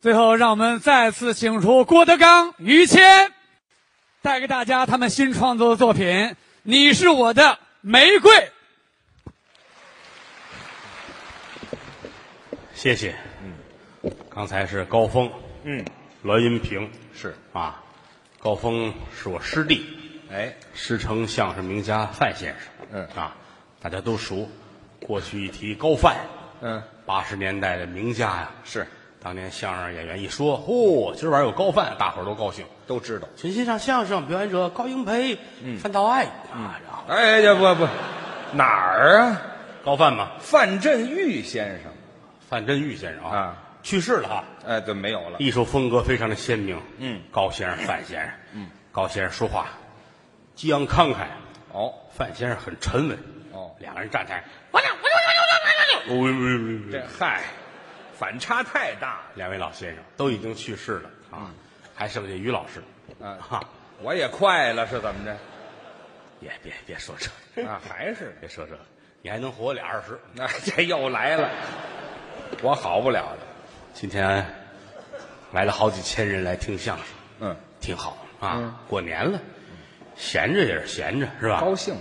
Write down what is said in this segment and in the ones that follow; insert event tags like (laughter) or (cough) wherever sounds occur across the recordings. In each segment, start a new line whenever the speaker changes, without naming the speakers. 最后，让我们再次请出郭德纲、于谦，带给大家他们新创作的作品《你是我的玫瑰》。
谢谢。刚才是高峰，
嗯，
栾云平
是，
啊，高峰是我师弟，
哎，
师承相声名家范先生。
嗯
啊，大家都熟。过去一提高范，
嗯，
八十年代的名家呀，
是，
当年相声演员一说，嚯、今儿晚上有高范，大伙儿都高兴。
都知道。
请欣赏相声表演者高英培、
嗯
范道爱啊，然后
哎呀，不不，哪儿啊？
高范嘛，
范振钰先生，
范振钰先生
啊
去世了哈，
哎，对，没有了。
艺术风格非常的鲜明。
嗯，
高先生、范先生，嗯，高先生说话激昂慷慨，
哦，
范先生很沉稳。
哦
两个人站台，我俩我我我我我我我
这嗨，反差太大
两位老先生都已经去世了
嗯
啊，还剩下于老师，
了啊！
哈，
我也快了，是怎么着？
别别别说这个，
啊，还是
别说这个，你还能活俩二十。
那、这又来了，我好不了了。
今天来了好几千人来听相声，
嗯，
挺好啊。过年了，闲着也是闲着，是吧？
高兴，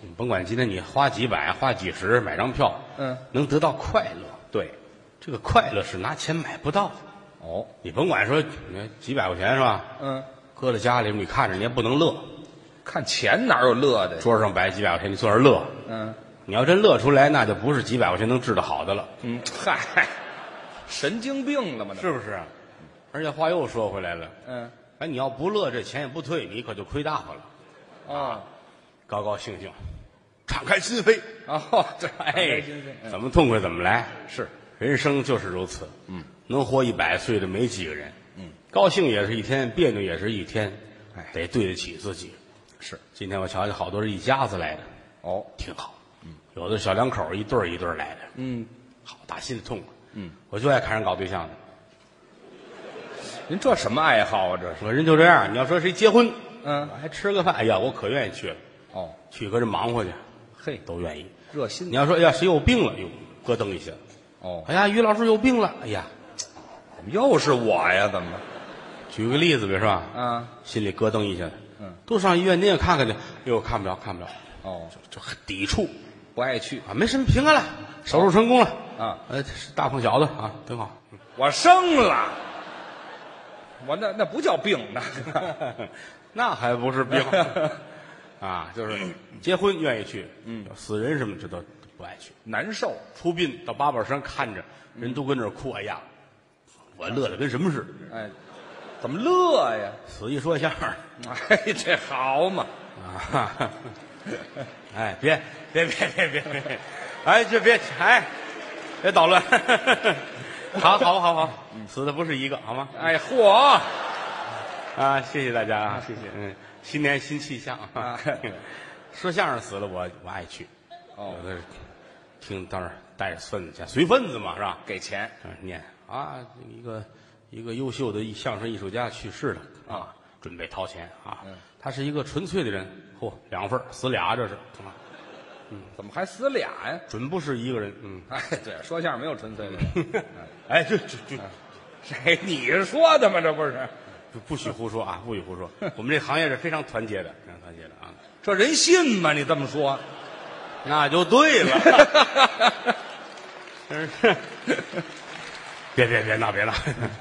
你嗯甭管今天你花几百、花几十买张票，
嗯，
能得到快乐，
对，
这个快乐是拿钱买不到的。
哦，
你甭管说你几百块钱是吧？
嗯，
搁在家里，你看着你也不能乐。
看钱哪有乐的？
桌上摆几百块钱，你坐那儿乐，
嗯
你要真乐出来，那就不是几百块钱能治得好的了，
嗯，嗨，神经病了吗？
是不是？而且话又说回来了，
嗯，
哎，你要不乐，这钱也不退，你可就亏大发了。
哦，
高高兴兴，敞开心扉，
哦，这
哎，
嗯
怎么痛快怎么来。
是
人生就是如此，嗯，能活一百岁的没几个人，嗯，高兴也是一天，别扭也是一天，
哎
得对得起自己。
是，
今天我瞧见好多是一家子来的，
哦，
挺好，嗯，有的小两口一对儿一对儿来的，
嗯，
好打心里痛快，
嗯，
我就爱看人搞对象的，
您这什么爱好啊？这是，
我人就这样。你要说谁结婚，
嗯
我还吃个饭，哎呀，我可愿意去了，
哦，
去搁这忙活去，
嘿，
都愿意。
热心
你要说，哎呀，谁有病了，哟，咯噔一下，
哦，
哎呀，于老师有病了，哎呀，
怎么又是我呀？怎么？
举个例子呗，是吧？
啊，
心里咯噔一下，
嗯，
都上医院您也看看去，哎呦，看不了，看不了，
哦，
就很抵触
不爱去。
啊，没什么平安了，手术成功了
啊，
呃，是大胖小子啊，挺好，
我生了，我那那不叫病呢。
那还不是病啊，就是结婚愿意去，嗯，死人什么这都不爱去，
难受。
出殡到八宝山看着人都跟那儿哭，哎呀，我乐的跟什么似的，
哎，怎么乐呀？ (laughs)
死一说相声
哎，这好嘛，
啊哈哈， (laughs) 哎，别别别别别别，哎，这别哎，别捣乱， (laughs) 好好好好，死的不是一个，好吗？
哎嚯，
啊，谢谢大家啊，谢谢，嗯，新年新气象啊
啊！
(laughs) 说相声死了，我我爱去，
哦
有的听到那儿带着份子去，随份子嘛，是吧？
给钱
嗯念啊，一个一个优秀的艺相声艺术家去世了啊，准备掏钱啊，他是一个纯粹的人，嚯，两份儿死俩这是，啊
怎么还死俩呀？
准不是一个人，嗯，
哎，对，说相声没有纯粹的， (laughs)
哎，这这这
谁你说的吗？这不是，
不不许胡说啊，不许胡说，我们这行业是非常团结的，非常团结的啊，
这人信吗？你这么说，
那就对了。真是 (laughs) 别别别闹别闹！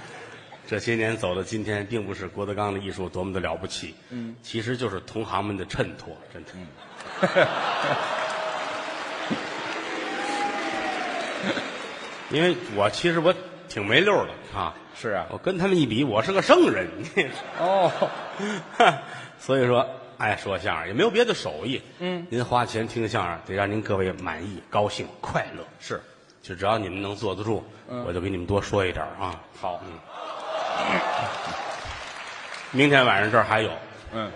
(laughs) 这些年走到今天，并不是郭德纲的艺术多么的了不起，嗯，其实就是同行们的衬托，真的。 (laughs) 因为我其实我挺没溜儿的啊，
是啊
我跟他们一比，我是个圣人， (laughs)
哦，
所以说爱说相声也没有别的手艺，嗯，您花钱听相声得让您各位满意、高兴、快乐，
是嗯
就只要你们能坐得住，我就给你们多说一点儿啊。
好，
明天晚上这儿还有，
嗯，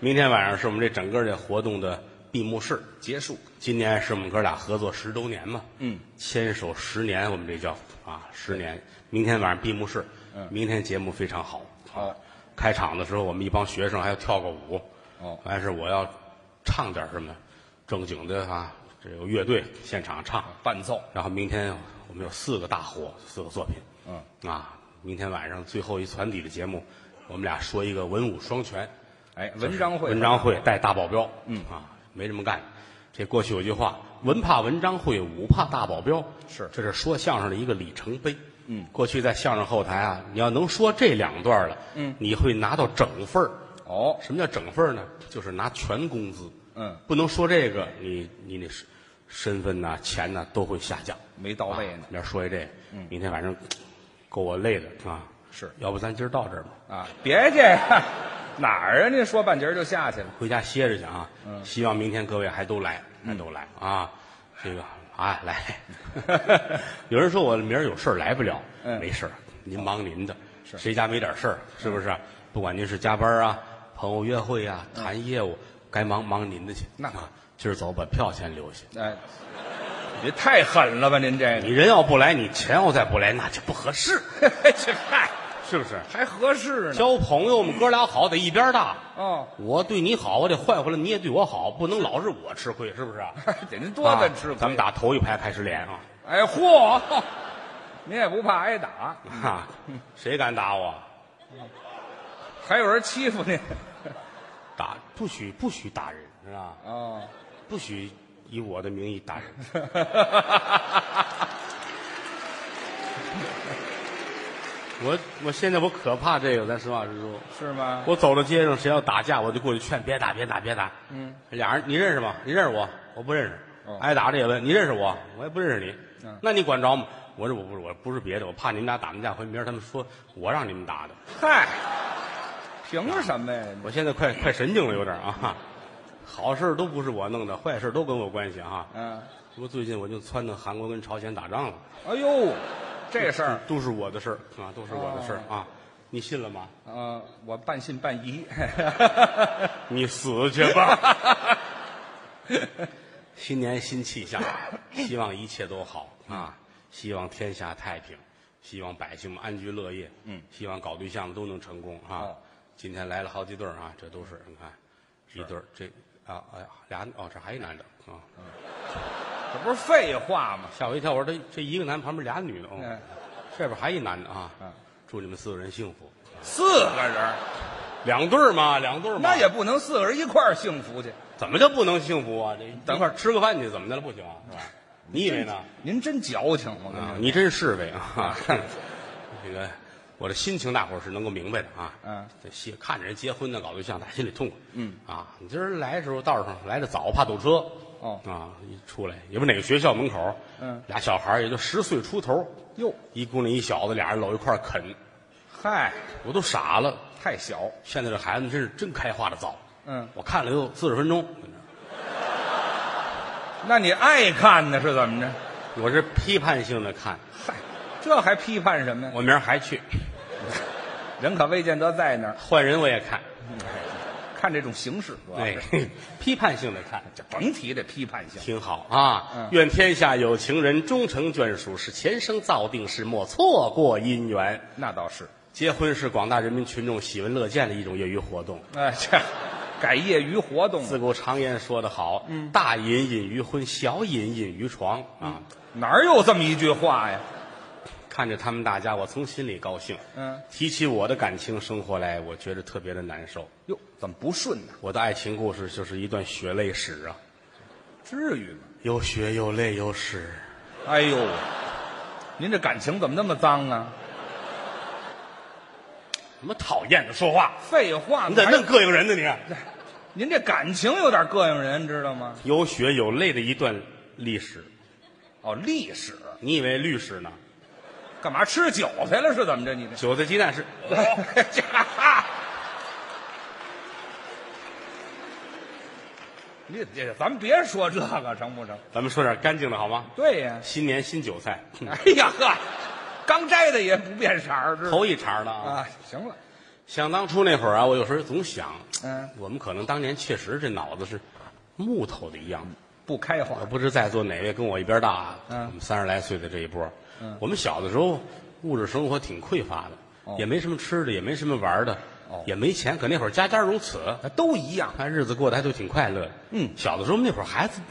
明天晚上是我们这整个这活动的闭幕式。
结束，
今年是我们哥俩合作十周年嘛，
嗯，
牵手十年，我们这叫啊十年。明天晚上闭幕式，
嗯
明天节目非常好。
好
啊，开场的时候我们一帮学生还要跳个舞，
哦
完事我要唱点什么正经的啊，这有乐队现场唱，
伴奏
然后明天我们有四个大火，四个作品。
嗯
啊，明天晚上最后一团体的节目，我们俩说一个文武双全。
哎，文章会，
文章会带大保镖。
嗯
啊，没这么干。这过去有句话：“文怕文章会，武怕大保镖。”
是
这是说相声的一个里程碑。
嗯，
过去在相声后台啊，你要能说这两段了，
嗯，
你会拿到整份儿。
哦，
什么叫整份儿呢？就是拿全工资。
嗯，
不能说这个，你你那身身份呐、钱呐、都会下降。
没到位呢嗯
啊，明儿说一这个，明天晚上够我累的啊。
是
要不咱今儿到这儿吧？
啊，别介呀，哪儿啊？您说半截儿就下去了，
回家歇着去啊。希望明天各位还都来，还都来啊。这个啊，来。 (laughs) 有人说我明儿有事儿来不了，
嗯
没事儿，您忙您的，谁家没点事儿？是不是？不管您是加班啊、朋友约会啊、谈业务，该忙忙您的去。
那
啊今儿走，把票先留下。
哎，您太狠了吧？您这 (laughs)
你人要不来，你钱要再不来，那就不合适，
个，这嗨，
是不是？
还合适呢？
交朋友，我们哥俩好得一边大。
哦，
我对你好，我得换回来，你也对我好，不能老是我吃亏，是不是啊？
得您多的吃
啊
亏，
咱们打头一排开始连啊！
哎，嚯， (laughs) 您也不怕挨打？
啊，谁敢打我？
还有人欺负您？
打不许不许打人，是吧？
哦，
不许以我的名义打人。 (laughs) 我我现在我可怕这个，咱实话实说。
是吗？
我走到街上，谁要打架，我就过去劝，别打，别打，别打。嗯，俩人你认识吗？你认识我？我不认识
哦。
挨打的也问你认识我，我也不认识你
嗯。
那你管着吗？我说我不是，我不是别的，我怕你们俩打完架回，明儿他们说我让你们打的。
嗨，凭什么呀？
我现在快快神经了，有点啊。好事都不是我弄的，坏事都跟我关系啊。
嗯，
这不最近我就撺掇韩国跟朝鲜打仗了，
哎呦，这事儿，
都是我的事儿啊，都是我的事儿啊。你信了吗？
呃，我半信半疑。 (laughs)
你死去吧！ (laughs) 新年新气象，希望一切都好啊！希望天下太平，希望百姓们安居乐业。嗯，希望搞对象的都能成功啊！
哦
今天来了好几对儿啊，这都是你看，一对儿这啊哎呀俩哦这还一男的啊，
这不是废话吗？
吓我一跳！我说这这一个男旁边俩女的，哦
嗯
这边还一男的啊
嗯！
祝你们四个人幸福，
四个人，
两对儿嘛，两对儿嘛，
(laughs) 那也不能四个人一块儿幸福去。
怎么就不能幸福啊？这
等
一块儿吃个饭去，怎么的了？不行啊，是吧？ (laughs) 你以为呢？
您真矫情，我跟
啊，
您
你真是位啊！ (laughs) 这个我的心情，大伙儿是能够明白的啊。
嗯，
这些看着人结婚的搞对象，他心里痛快。
嗯，
啊，你今儿来的时候道上来的早，怕堵车。
哦
啊，一出来也不哪个学校门口，
嗯
俩小孩儿也就十岁出头，
哟，
一姑娘一小子，俩人搂一块儿啃，
嗨，
我都傻了。
太小，
现在这孩子们真是真开化的早。
嗯，
我看了有四十分钟，
那你爱看呢是怎么着？
我是批判性的看，
嗨，这还批判什么呀？
我明儿还去，
人可未见得在那儿嗯
换人我也看，
看这种形式，主要
对
是，
(laughs) 批判性的看。
甭提这批判性。
挺好啊！
嗯
愿天下有情人终成眷属，是前生造定事，莫错过姻缘。
那倒是，
结婚是广大人民群众喜闻乐见的一种业余活动。
哎，这改业余活动
自古常言说得好，大隐隐于婚，小隐隐于床啊！
哪儿有这么一句话呀？
看着他们大家，我从心里高兴。
嗯，
提起我的感情生活来，我觉得特别的难受。
哟，怎么不顺呢？
我的爱情故事就是一段血泪史啊，
至于吗？
有血有泪有史。
哎呦，您这感情怎么那么脏啊？
什么讨厌的说话？
废话，
你咋
还
那么膈应人呢你？啊
您这感情有点膈应人，知道吗？
(laughs) 有血有泪的一段历史。
哦，历史
你以为律师呢？
干嘛吃韭菜了是怎么着？你这 (laughs)
韭菜鸡蛋 (laughs) 是，
这哈，你这咱们别说这个成不成？
咱们说点干净的好吗？
对呀、
新年新韭菜，
哎呀呵，刚摘的也不变色儿，知道吗
头一茬的啊！
啊？行了，
想当初那会儿啊，我有时候总想，
嗯，
我们可能当年确实这脑子是木头的一样。
不开
我
化，
不知在座哪位跟我一边大啊，
嗯
我们三十来岁的这一波，我们小的时候物质生活挺匮乏的，也没什么吃的，也没什么玩的，也没钱，可那会儿家家如此，
都一样。
看日子过得还都挺快乐的。
嗯
小的时候我们那会儿孩子，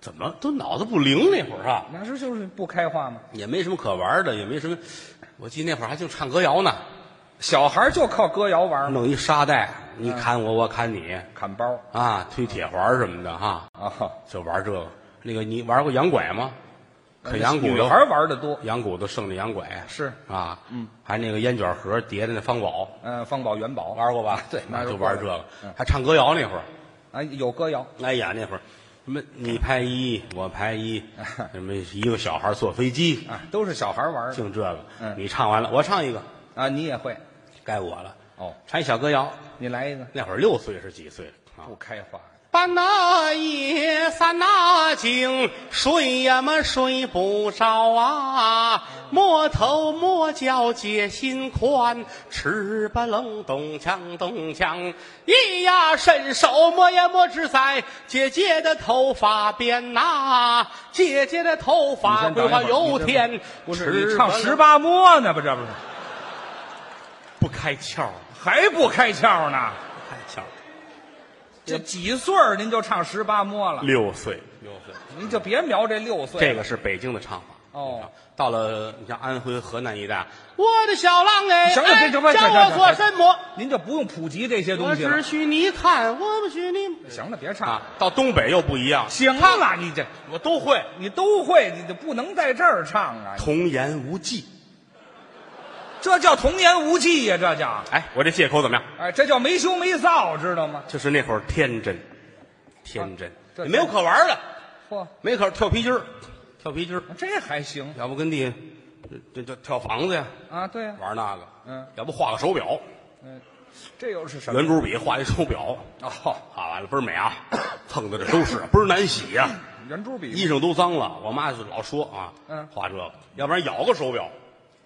怎么都脑子不灵那会儿啊，
那是就是不开化嘛。
也没什么可玩的，也没什么。我记得那会儿还就唱歌谣呢，
小孩就靠歌谣玩嘛，
弄一沙袋，你砍我，我砍你
砍包
啊，推铁环什么的哈、
啊，
就玩这个。那个你玩过羊拐吗？啃羊骨
女
头，
孩玩的多，
羊骨头剩的羊拐
是
啊，嗯，还那个烟卷盒叠的那方宝，
嗯，方宝元宝
玩过吧？
对
那
那
就
就
玩
玩
这
过嗯
个，还唱歌谣那会儿。
啊，有歌谣，
哎呀，那会儿什么你拍一，我拍一，什么一个小孩坐飞机，
啊，都是小孩玩的
净这个。
嗯
你唱完了，我唱一个，
啊，你也会
该我了。
哦，
唱一小歌谣，
你来一个，
那会儿六岁是几岁啊
不？开化，
半那夜，三那更，睡呀么睡不着啊，摸头摸脚解心宽，吃吧楞咚锵咚锵，一呀伸手摸呀摸，只在姐姐的头发边呐、姐姐的头发
你先
规
等一会
划
儿
有
你这
天，
不是你
吃
唱
吧楞
十八摸呢？不，这不是
不开窍，
还不开窍呢？
不开窍，
这几岁儿您就唱十八摸了？
六岁，六岁。
您就别瞄这六岁了，
这个是北京的唱法。
哦，
到了你像安徽、河南一带，我的小郎哎，
行了
哎
这这不
叫
这这
我
这
做什么？
您就不用普及这些
我
东西
只
了。
许你看，我不许你
行了，别唱
啊
了，。
到东北又不一样，
行了，你这
我都会。
你都会，你就不能在这儿唱啊！
童言无忌，
这叫童言无忌呀、这叫
哎，我这借口怎么样？
哎，这叫没羞没臊，知道吗？
就是那会儿天真，天真，
啊这
没有可玩的，
嚯，
没可跳皮筋儿，跳皮筋儿，
这还行
要不跟地，这这跳房子呀，
啊？对呀、
玩那个，
嗯，
要不画个手表，
这又是什么？
圆珠笔画一手表，
哦，
画完了倍儿美啊， (coughs) 蹭的这都是倍儿难洗啊呀、
圆珠笔
衣裳都脏了，我妈就老说啊，
嗯
画这个，要不然咬个手表，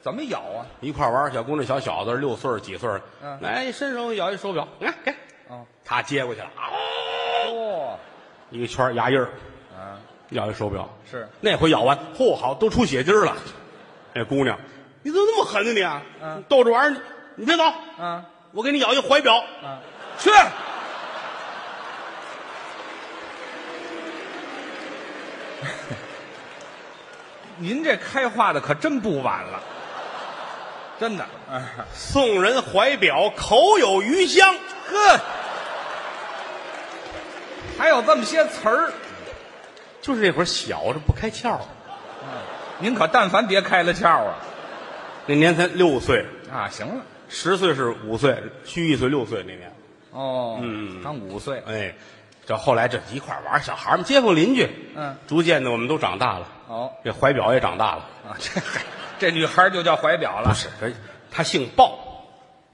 怎么咬啊？
一块玩儿。小姑娘、小小子，六岁儿几岁儿，
嗯
来伸手咬一手表，你看给，
哦，
他接过去了，啊
哦，
一个圈儿牙印儿，
啊，
咬一手表。
是，
那回咬完，嚯，好，都出血筋儿了。那姑娘，你怎么那么狠呢、你、啊？
嗯
逗着玩儿呢，你别走，
啊
我给你咬一怀表。
啊，去！您这开化的可真不晚了，真的。啊、
送人怀表，口有余香。 (laughs)
呵，还有这么些词儿，
就是那会儿小，这不开窍。
您可但凡别开了窍啊！
那年才六岁，
啊，行了，
十岁是五岁，虚一岁六岁那年。
哦，
嗯
刚五岁，
哎，这后来这一块儿玩儿小孩儿们，街坊邻居，
嗯
逐渐的我们都长大了，
哦，
这怀表也长大了。
啊，这还这女孩就叫怀表了
不，是，这他姓鲍，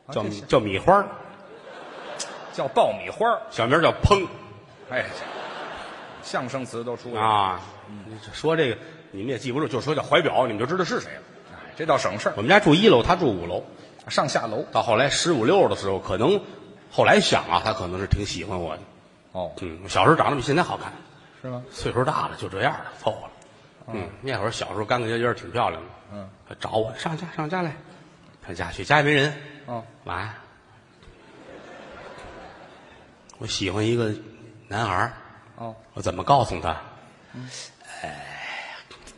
啊
叫
这
米
是
叫米花儿，
叫爆米花儿
小名叫烹
哎，相声词都出来了，
啊。
嗯
你这说这个你们也记不住，就说叫怀表，你们就知道是谁了。
哎这倒省事儿
我们家住一楼，他住五楼。
上下楼
到后来十五六的时候，可能后来想啊，他可能是挺喜欢我的。
哦，
嗯，小时候长得比现在好看，
是吗？
岁数大了就这样了，凑合了。嗯，那会儿小时候干干净净儿，挺漂亮的。
嗯，
他找我上家上家来，上家去，家里没人。
哦，
晚安。我喜欢一个男孩儿
哦，
我怎么告诉他？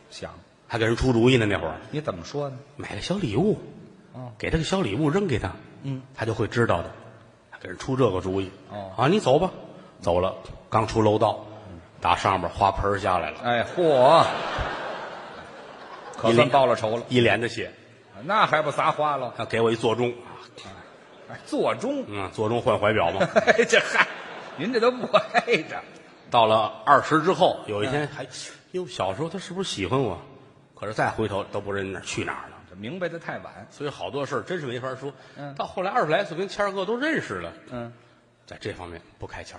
想
还给人出主意呢。那会儿
你怎么说呢？
买个小礼物，
哦
给他个小礼物扔给他，
嗯，
他就会知道的。还给人出这个主意。
哦嗯
啊，你走吧。走了，刚出楼道，打上边花盆儿下来了，
哎，嚯，可
一脸
算报了仇了，
一脸的血。
那还不撒花了？
他给我一座钟，
哎，座钟，
嗯，座钟换怀表嘛。
哎， (laughs) 这嗨，您这都不挨着，
到了二十之后，有
哎
一天还，哟，小时候他是不是喜欢我？可是再回头都不知道哪儿去哪儿了。
这明白的太晚，
所以好多事儿真是没法说。
嗯
到后来二十来岁跟谦儿哥都认识了，
嗯，
在这方面不开窍。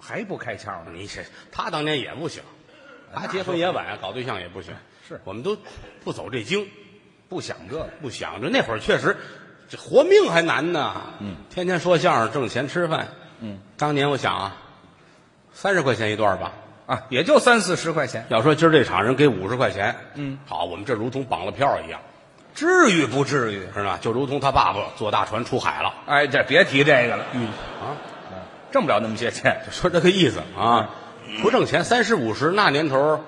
还不开窍呢？
你这他当年也不行，他结婚也晚，搞对象也不行。
哎是
我们都不走这经，
不想这个，
不想着那会儿确实，这活命还难呢。嗯，天天说相声挣钱吃饭。
嗯，
当年我想啊，三十块钱一段吧。
啊，也就三四十块钱，
要说今儿这场人给五十块钱，
嗯，
好，我们这如同绑了票一样，
至于不至于？
是吧？就如同他爸爸坐大船出海了，
哎，这别提这个了，
嗯啊，
挣不了那么些钱。 (laughs)
就说这个意思啊。
嗯
不挣钱，三十五十那年头儿，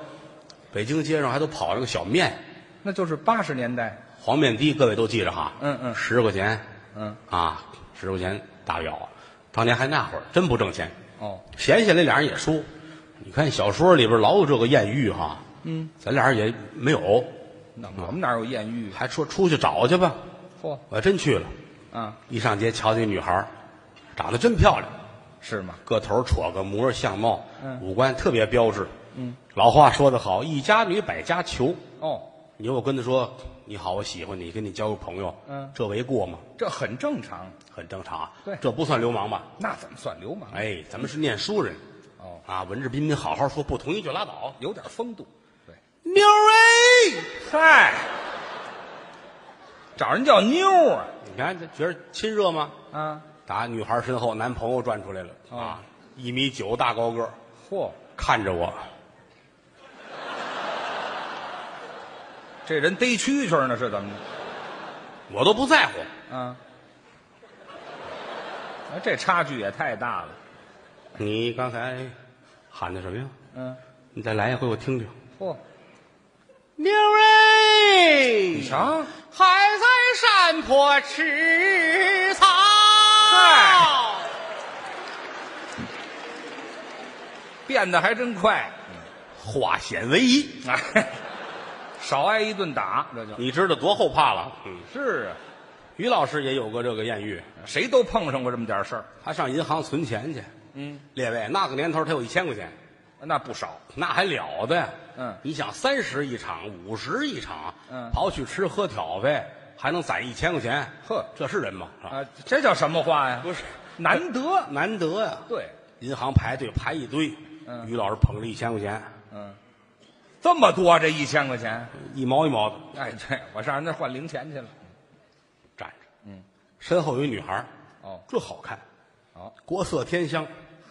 北京街上还都跑那个小面，
那就是八十年代，
黄面的，各位都记着哈。
嗯嗯
十块钱
嗯，
啊，十块钱大不了。当年还那会儿真不挣钱，
哦，
闲下来俩人也说，你看小说里边老有这个艳遇哈。嗯，咱俩人也没有，
那我们哪有艳遇？
还说出去找去吧。
嗯 (laughs) 嚯，
我真去了，
啊，
一上街瞧见女孩儿，长得真漂亮，
是吗？
个头儿、戳个模样、相貌，
嗯
五官特别标致。嗯，老话说得好，一家女百家求。
哦，
你说我跟她说你好，我喜欢你，跟你交个朋友，
嗯
这为过吗？
这很正常，
很正常啊。
对
这不算流氓吧？
那怎么算流氓？啊
哎，咱们是念书人
哦，
啊，文质彬彬，好好说，不同意就拉倒。
有点风度，对，
妞儿哎，
嗨，找人叫妞啊
你看这觉得亲热吗？
啊，
打女孩身后，男朋友转出来了、
哦
啊，一米九大高个儿，
嚯，
看着我，
这人逮蛐蛐呢是怎么着？
我都不在乎。
啊，啊这差距也太大了，
你刚才喊的什么呀？
嗯，
你再来一回，我听听。
嚯，
妞儿
你
哎，
瞧，
还在山坡吃草。
嗨
哎
变得还真快，
化险为夷，
哎，少挨一顿打，这就
你知道多后怕了。嗯，
是啊。
于老师也有过这个艳遇，
谁都碰上过这么点事儿。
他上银行存钱去。
嗯，
列位，那个年头他有一千块钱，
那不少。
那还了得呀？
嗯
你想三十一场，五十一场，
嗯
刨去吃喝挑费，还能攒一千块钱，
呵
这是人吗？是吧？
啊，这叫什么话呀？
哎不是
难得。
难得呀！
对，
银行排队排一堆，
嗯
于老师捧着一千块钱，
嗯，这么多这一千块钱，
一毛一毛的
哎，对我上人那换零钱去了。
站着。嗯，身后有一女孩儿，
哦，
这好看，
好，
国色天香，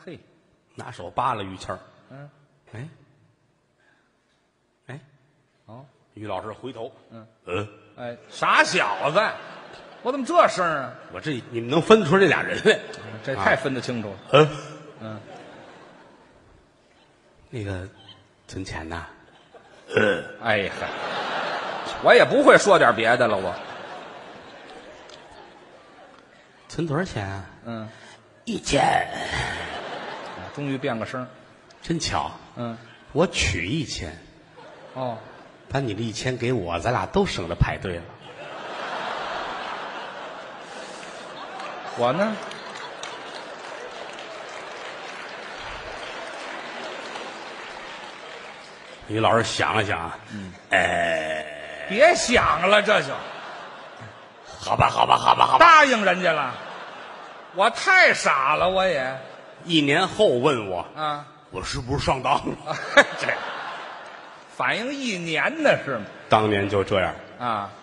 嘿，
拿手扒拉于谦儿。
嗯，
哎，哎，
哦，
于老师回头，
嗯
嗯，
哎，傻小子，我怎么这声儿啊？
我这你们能分出这俩人来？
这太分得清楚了。
嗯
嗯，
那个存钱呐，
哎呀，嗨我也不会说点别的了，我。
存多少钱啊？
嗯，
一千，
啊终于变个声儿。
真巧，
嗯，
我取一千，
哦，
把你的一千给我，咱俩都省着排队了。
我呢？
于老师想了想啊，
嗯
哎，
别想了，这就。
好吧，好吧，好吧，好吧。
答应人家了，我太傻了，我也
一年后问我，
啊，
我是不是上当了？
(laughs)
(laughs)
这反应一年呢是吗？
当年就这样。
啊，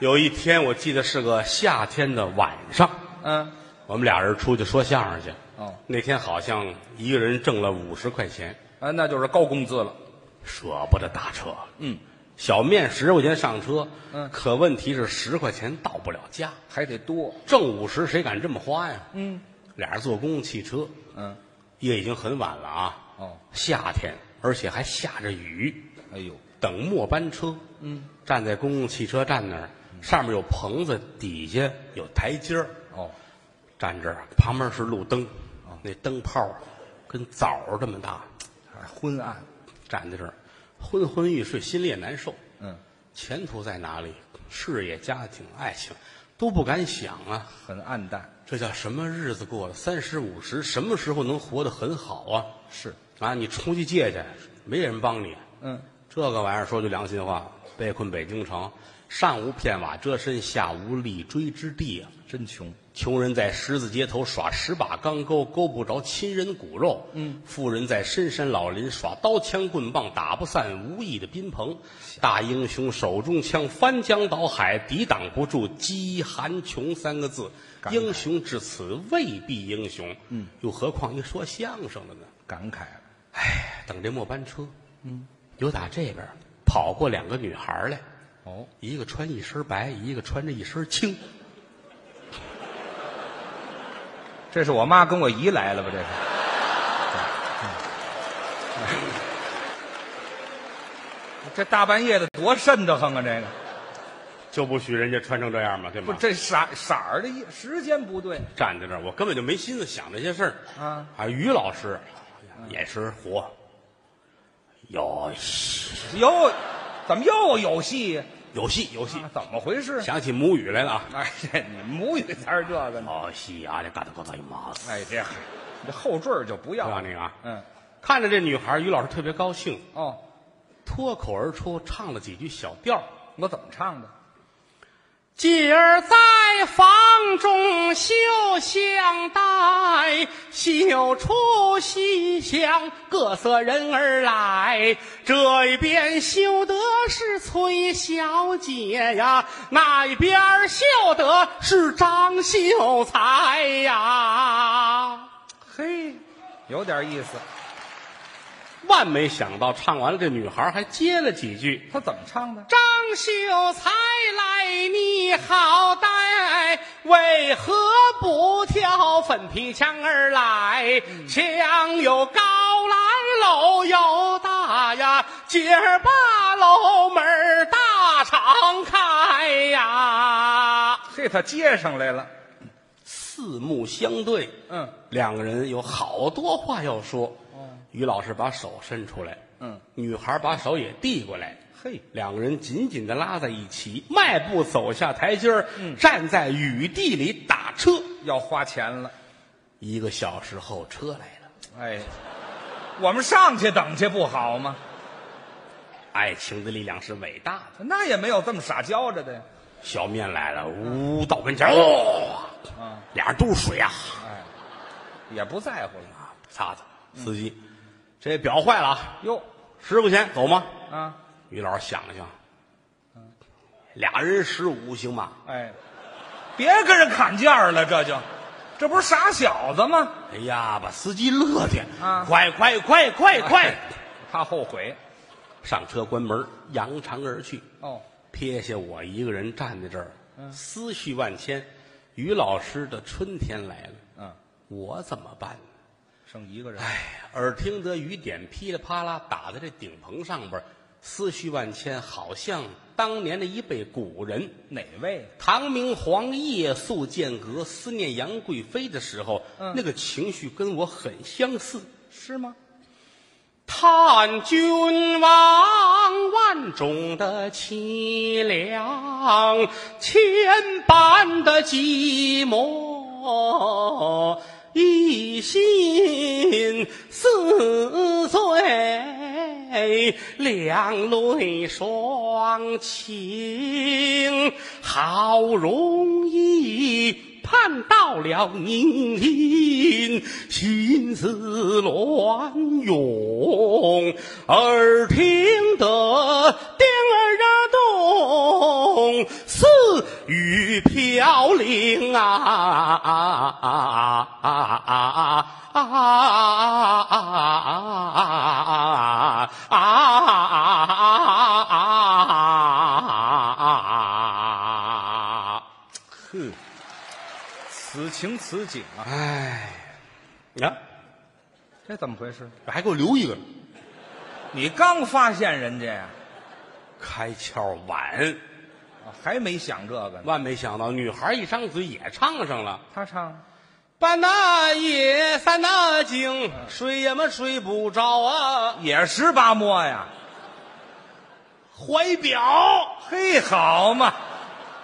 有一天，我记得是个夏天的晚上，
嗯，
我们俩人出去说相声去。
哦，
那天好像一个人挣了五十块钱，
啊，那就是高工资了，
舍不得打车。
嗯，
小面十块钱上车，
嗯
可问题是十块钱到不了家，
还得多，
挣五十谁敢这么花呀？
嗯
俩人坐公共汽车，
嗯，
夜已经很晚了啊，
哦，
夏天，而且还下着雨，
哎呦，
等末班车。
嗯，
站在公共汽车站那儿，上面有棚子，底下有台阶儿，
哦，
站这儿，旁边是路灯，那灯泡儿跟枣儿这么大，
还啊昏暗，
站在这儿，昏昏欲睡，心里也难受。
嗯，
前途在哪里？事业、家庭、爱情都不敢想啊！
很暗淡，
这叫什么日子过的？三十五十，什么时候能活得很好啊？
是，
啊，你出去借去，没人帮你。
嗯，
这个玩意儿说句良心话，被困北京城，上无片瓦遮身，下无立锥之地啊！
真穷，
穷人在十字街头耍十把钢钩，勾不着亲人骨肉；嗯，富人在深山老林耍刀枪棍棒，打不散无义的宾朋。大英雄手中枪，翻江倒海，抵挡不住“饥寒穷”三个字。英雄至此未必英雄，嗯，又何况一说相声的呢？
感慨了，
哎，等这末班车，嗯，有打这边跑过两个女孩儿来，
哦，
一个穿一身白，一个穿着一身青。
(laughs) 这是我妈跟我姨来了吧？这是，嗯 (laughs) 这大半夜的多瘆得慌啊！这个
就不许人家穿成这样嘛，对
不
吗
是？这色色儿的夜时间不对
站在这儿，我根本就没心思想这些事儿。
啊，嗯
啊，于老师也是活，有戏
哟，怎么又有戏呀、
有戏有戏
啊？，怎么回事？
想起母语来了啊！
(laughs) 哎，这你母语才是这个呢。
哦，西啊，这嘎达嘎达妈，
哎，这这后缀儿就不要
不要
了。
那个啊！
嗯，
看着这女孩，于老师特别高兴，
哦，
脱口而出唱了几句小调儿。
我怎么唱的？
继儿在房中绣香袋，绣出西厢各色人儿来。这一边绣的是崔小姐呀，那一边绣的是张秀才呀。
嘿，有点意思。
万没想到，唱完了这女孩还接了几句。
他怎么唱的？
张秀才来，你好歹为何不挑粉皮墙而来？墙有高栏，楼有大呀，姐儿把楼门儿大敞开呀。
嘿，他接上来了。
四目相对，
嗯
两个人有好多话要说。于老师把手伸出来，
哦嗯，
女孩把手也递过来。
嘿，
两个人紧紧地拉在一起，迈步走下台阶儿，
嗯
站在雨地里打车。
要花钱了。
一个小时后，车来了，
哎，我们上去等去不好吗？
爱情的力量是伟大的。
那也没有这么傻娇着的呀。
小面来了，呜到跟前，哇、
嗯
俩人都是水啊！
哎，也不在乎了。
啊擦擦，
嗯
司机，这表坏了啊，
哟，
十块钱走吗？
啊，
于老师想了想，
嗯
俩人十五行吗？
哎，别跟人砍价了，这就，这不是傻小子吗？
哎呀，把司机乐的，
啊
快快快快快，
怕后悔。
上车关门，扬长而去。
哦，
撇下我一个人站在这儿，思绪万千。于老师的春天来了，
嗯，
我怎么办？
剩一个人。
哎，耳听得雨点噼里啪啦打在这顶棚上边儿，思绪万千，好像当年的一辈古人。
哪位？
唐明皇夜宿剑阁，思念杨贵妃的时候，那个情绪跟我很相似。
是吗？
叹君王万种的凄凉，千般的寂寞，一心似醉，两泪双倾，好容易。盼到了宁阴，心思乱涌，耳听得叮儿啊咚，似雨飘零啊啊啊啊啊啊啊啊啊！哼。
此情此景啊，
哎，你看，
这怎么回事？
还给我留一个呢，
你刚发现人家呀、
开窍晚，
啊还没想这个呢。
万没想到女孩一张嘴也唱上了。
他唱
半那夜三那更，睡也么睡不着啊，
也十八摸呀，
怀表。
嘿，好嘛，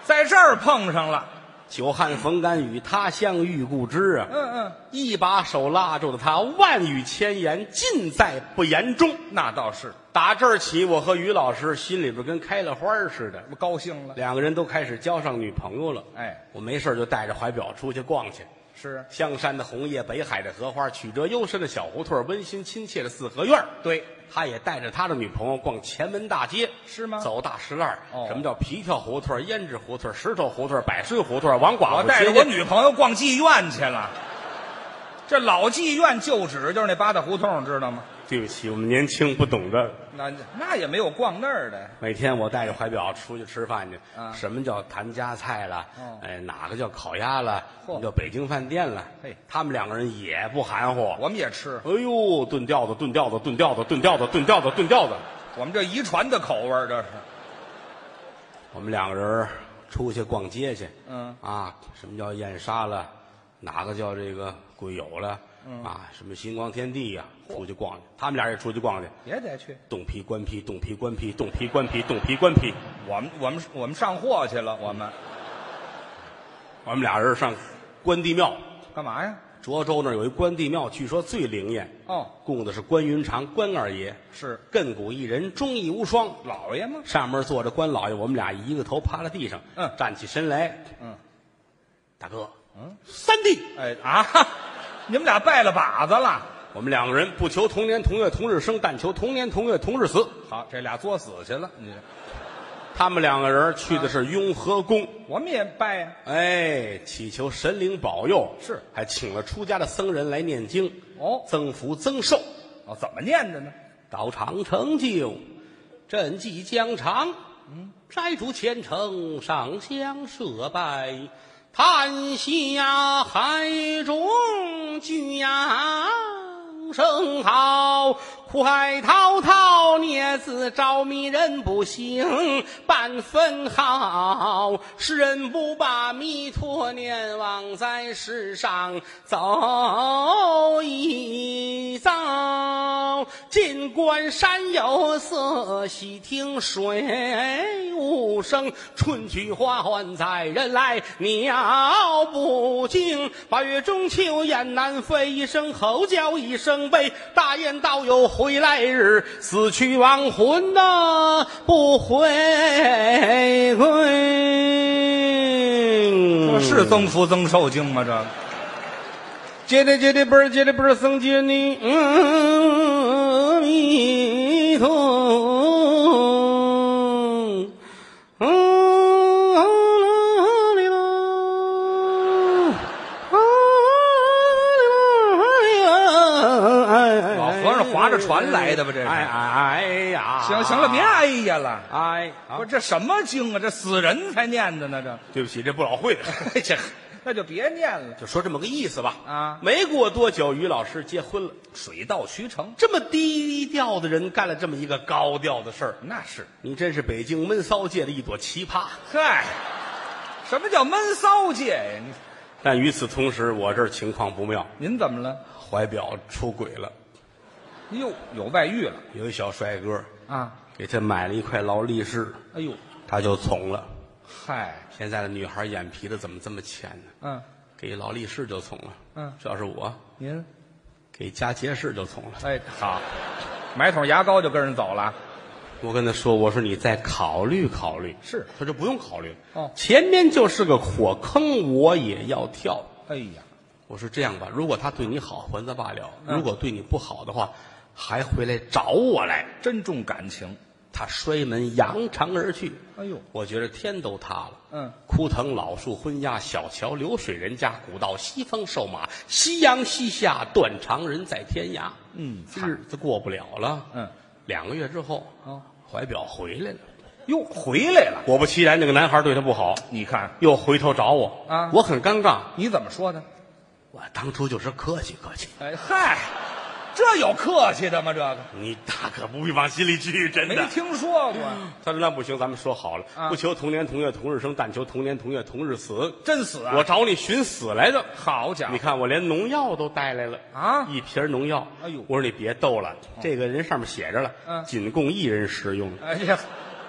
在这儿碰上了。
久旱逢甘雨，他乡遇故知啊。
嗯嗯，
一把手拉住了他，万语千言尽在不言中。
那倒是，
打这儿起，我和于老师心里边跟开了花儿似的，
我高兴了。
两个人都开始交上女朋友了。
哎，
我没事儿就带着怀表出去逛去。
是
香山的红叶，北海的荷花，曲折幽深的小胡同，温馨亲切的四合院。
对，
他也带着他的女朋友逛前门大街，
是吗
走大石烂儿
哦
什么叫皮条胡同、胭脂胡同、石头胡同、百岁胡同、王寡
啊我
妇
带着
街
我女朋友逛妓院去了。这老妓院旧址就是那八大胡同，知道吗？
对不起，我们年轻不懂的。
那那也没有逛那儿的。
每天我带着怀表出去吃饭去，
啊
什么叫谭家菜了？
哦
哎，哪个叫烤鸭了？
嚯
叫北京饭店了？
嘿
他们两个人也不含糊。
我们也吃，
哎呦，炖吊子，炖吊子，炖吊子，炖吊子，炖吊子，炖吊子，
我们这遗传的口味儿这是，
我们两个人儿出去逛街去，
嗯
啊，什么叫燕莎了，哪个叫这个贵友了，
嗯
啊，什么星光天地呀、出去逛去，他们俩也出去逛去，
也得去。
冻皮官皮，冻皮官皮，冻皮官皮，冻皮官皮，
我们我们我们上货去了，我们
我们俩人上关帝庙，
干嘛呀？
涿州那儿有一关帝庙，据说最灵验，
哦，
供的是关云长关二爷，
是
亘古一人，忠义无双。
老爷吗？
上面坐着关老爷，我们俩一个头趴在地上，
嗯
站起身来，
嗯，
大哥，嗯，三弟，
哎啊，你们俩拜了把子了。
我们两个人不求同年同月同日生，但求同年同月同日死。
好，这俩作死去了。你这
他们两个人去的是雍和宫，
我们也拜呀、
哎，祈求神灵保佑，
是
还请了出家的僧人来念经，
哦
增福增寿。
哦，怎么念的呢？
到长城就镇济疆场，摘竹千层上香设拜，叹下海中将声号，快逃逃，孽子招迷人不行半分好，世人不把弥陀念，枉在世上走一遭。近观山有色，细听水无声。春去花还在，人来鸟不惊。八月中秋雁南飞，一声吼叫一声悲。大雁道有回来日，死去亡魂呐不回归。
这是增福增寿经吗？这个
接着接着不是接着不是僧接你，嗯，阿弥陀，嗯，阿弥陀，
老和尚划着船来的吧？这是。
哎哎呀！
行行了，别哎呀了。
哎，
不是这什么经啊？这死人才念的呢？这
对不起，这不老会的。
哎这 (laughs) 那就别念了，
就说这么个意思吧。
啊
没过多久，于老师结婚了。
水到渠成。
这么低调的人干了这么一个高调的事儿，
那是
你真是北京闷骚界的一朵奇葩。
嗨，什么叫闷骚界呀？你
但与此同时，我这儿情况不妙，
您怎么了？
怀表出轨了，
哟，哎有外遇了
有一小帅哥
啊？
给他买了一块劳力士，
哎呦，
他就从了。
嗨，
现在的女孩眼皮子怎么这么浅呢？
嗯，
给劳力士就从了。
嗯
这要是我
您
给佳洁士就从了。
哎好，买桶牙膏就跟人走了。
我跟他说，我说你再考虑考虑。
是
他说不用考虑。
哦
前面就是个火坑，我也要跳。
哎呀，
我说这样吧，如果他对你好，还则罢了；
嗯
如果对你不好的话，还回来找我来。
真重感情。
他摔门扬长而去。
哎呦，
我觉得天都塌了。
嗯，
枯藤老树昏鸦，小桥流水人家，古道西风瘦马，夕阳西下，断肠人在天涯。
嗯
日子过不了了。
嗯，
两个月之后，
哦，
怀表回来了。
哟，回来了。
果不其然，那个男孩对他不好，
你看
又回头找我。
啊
我很尴尬。
你怎么说的？
我当初就是客气客气。
哎嗨，这有客气的吗？这个
你大可不必往心里去，真
没
的。嗯
听说过，
他说那不行，咱们说好了，
啊
不求同年同月同日生，但求同年同月同日死。
真死啊！
我找你寻死来的。
好家伙
你看我连农药都带来了
啊
一瓶农药。
哎呦哦
我说你别逗了，这个人上面写着了，
嗯
仅供一人食用。
哎呀，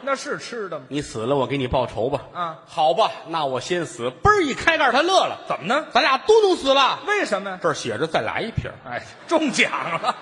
那是吃的吗？
你死了，我给你报仇吧。
啊
好吧，那我先死。嘣儿一开盖儿，他乐了，
怎么呢？
咱俩都能死了。
为什么呀？
这儿写着再来一瓶儿，
哎，中奖了！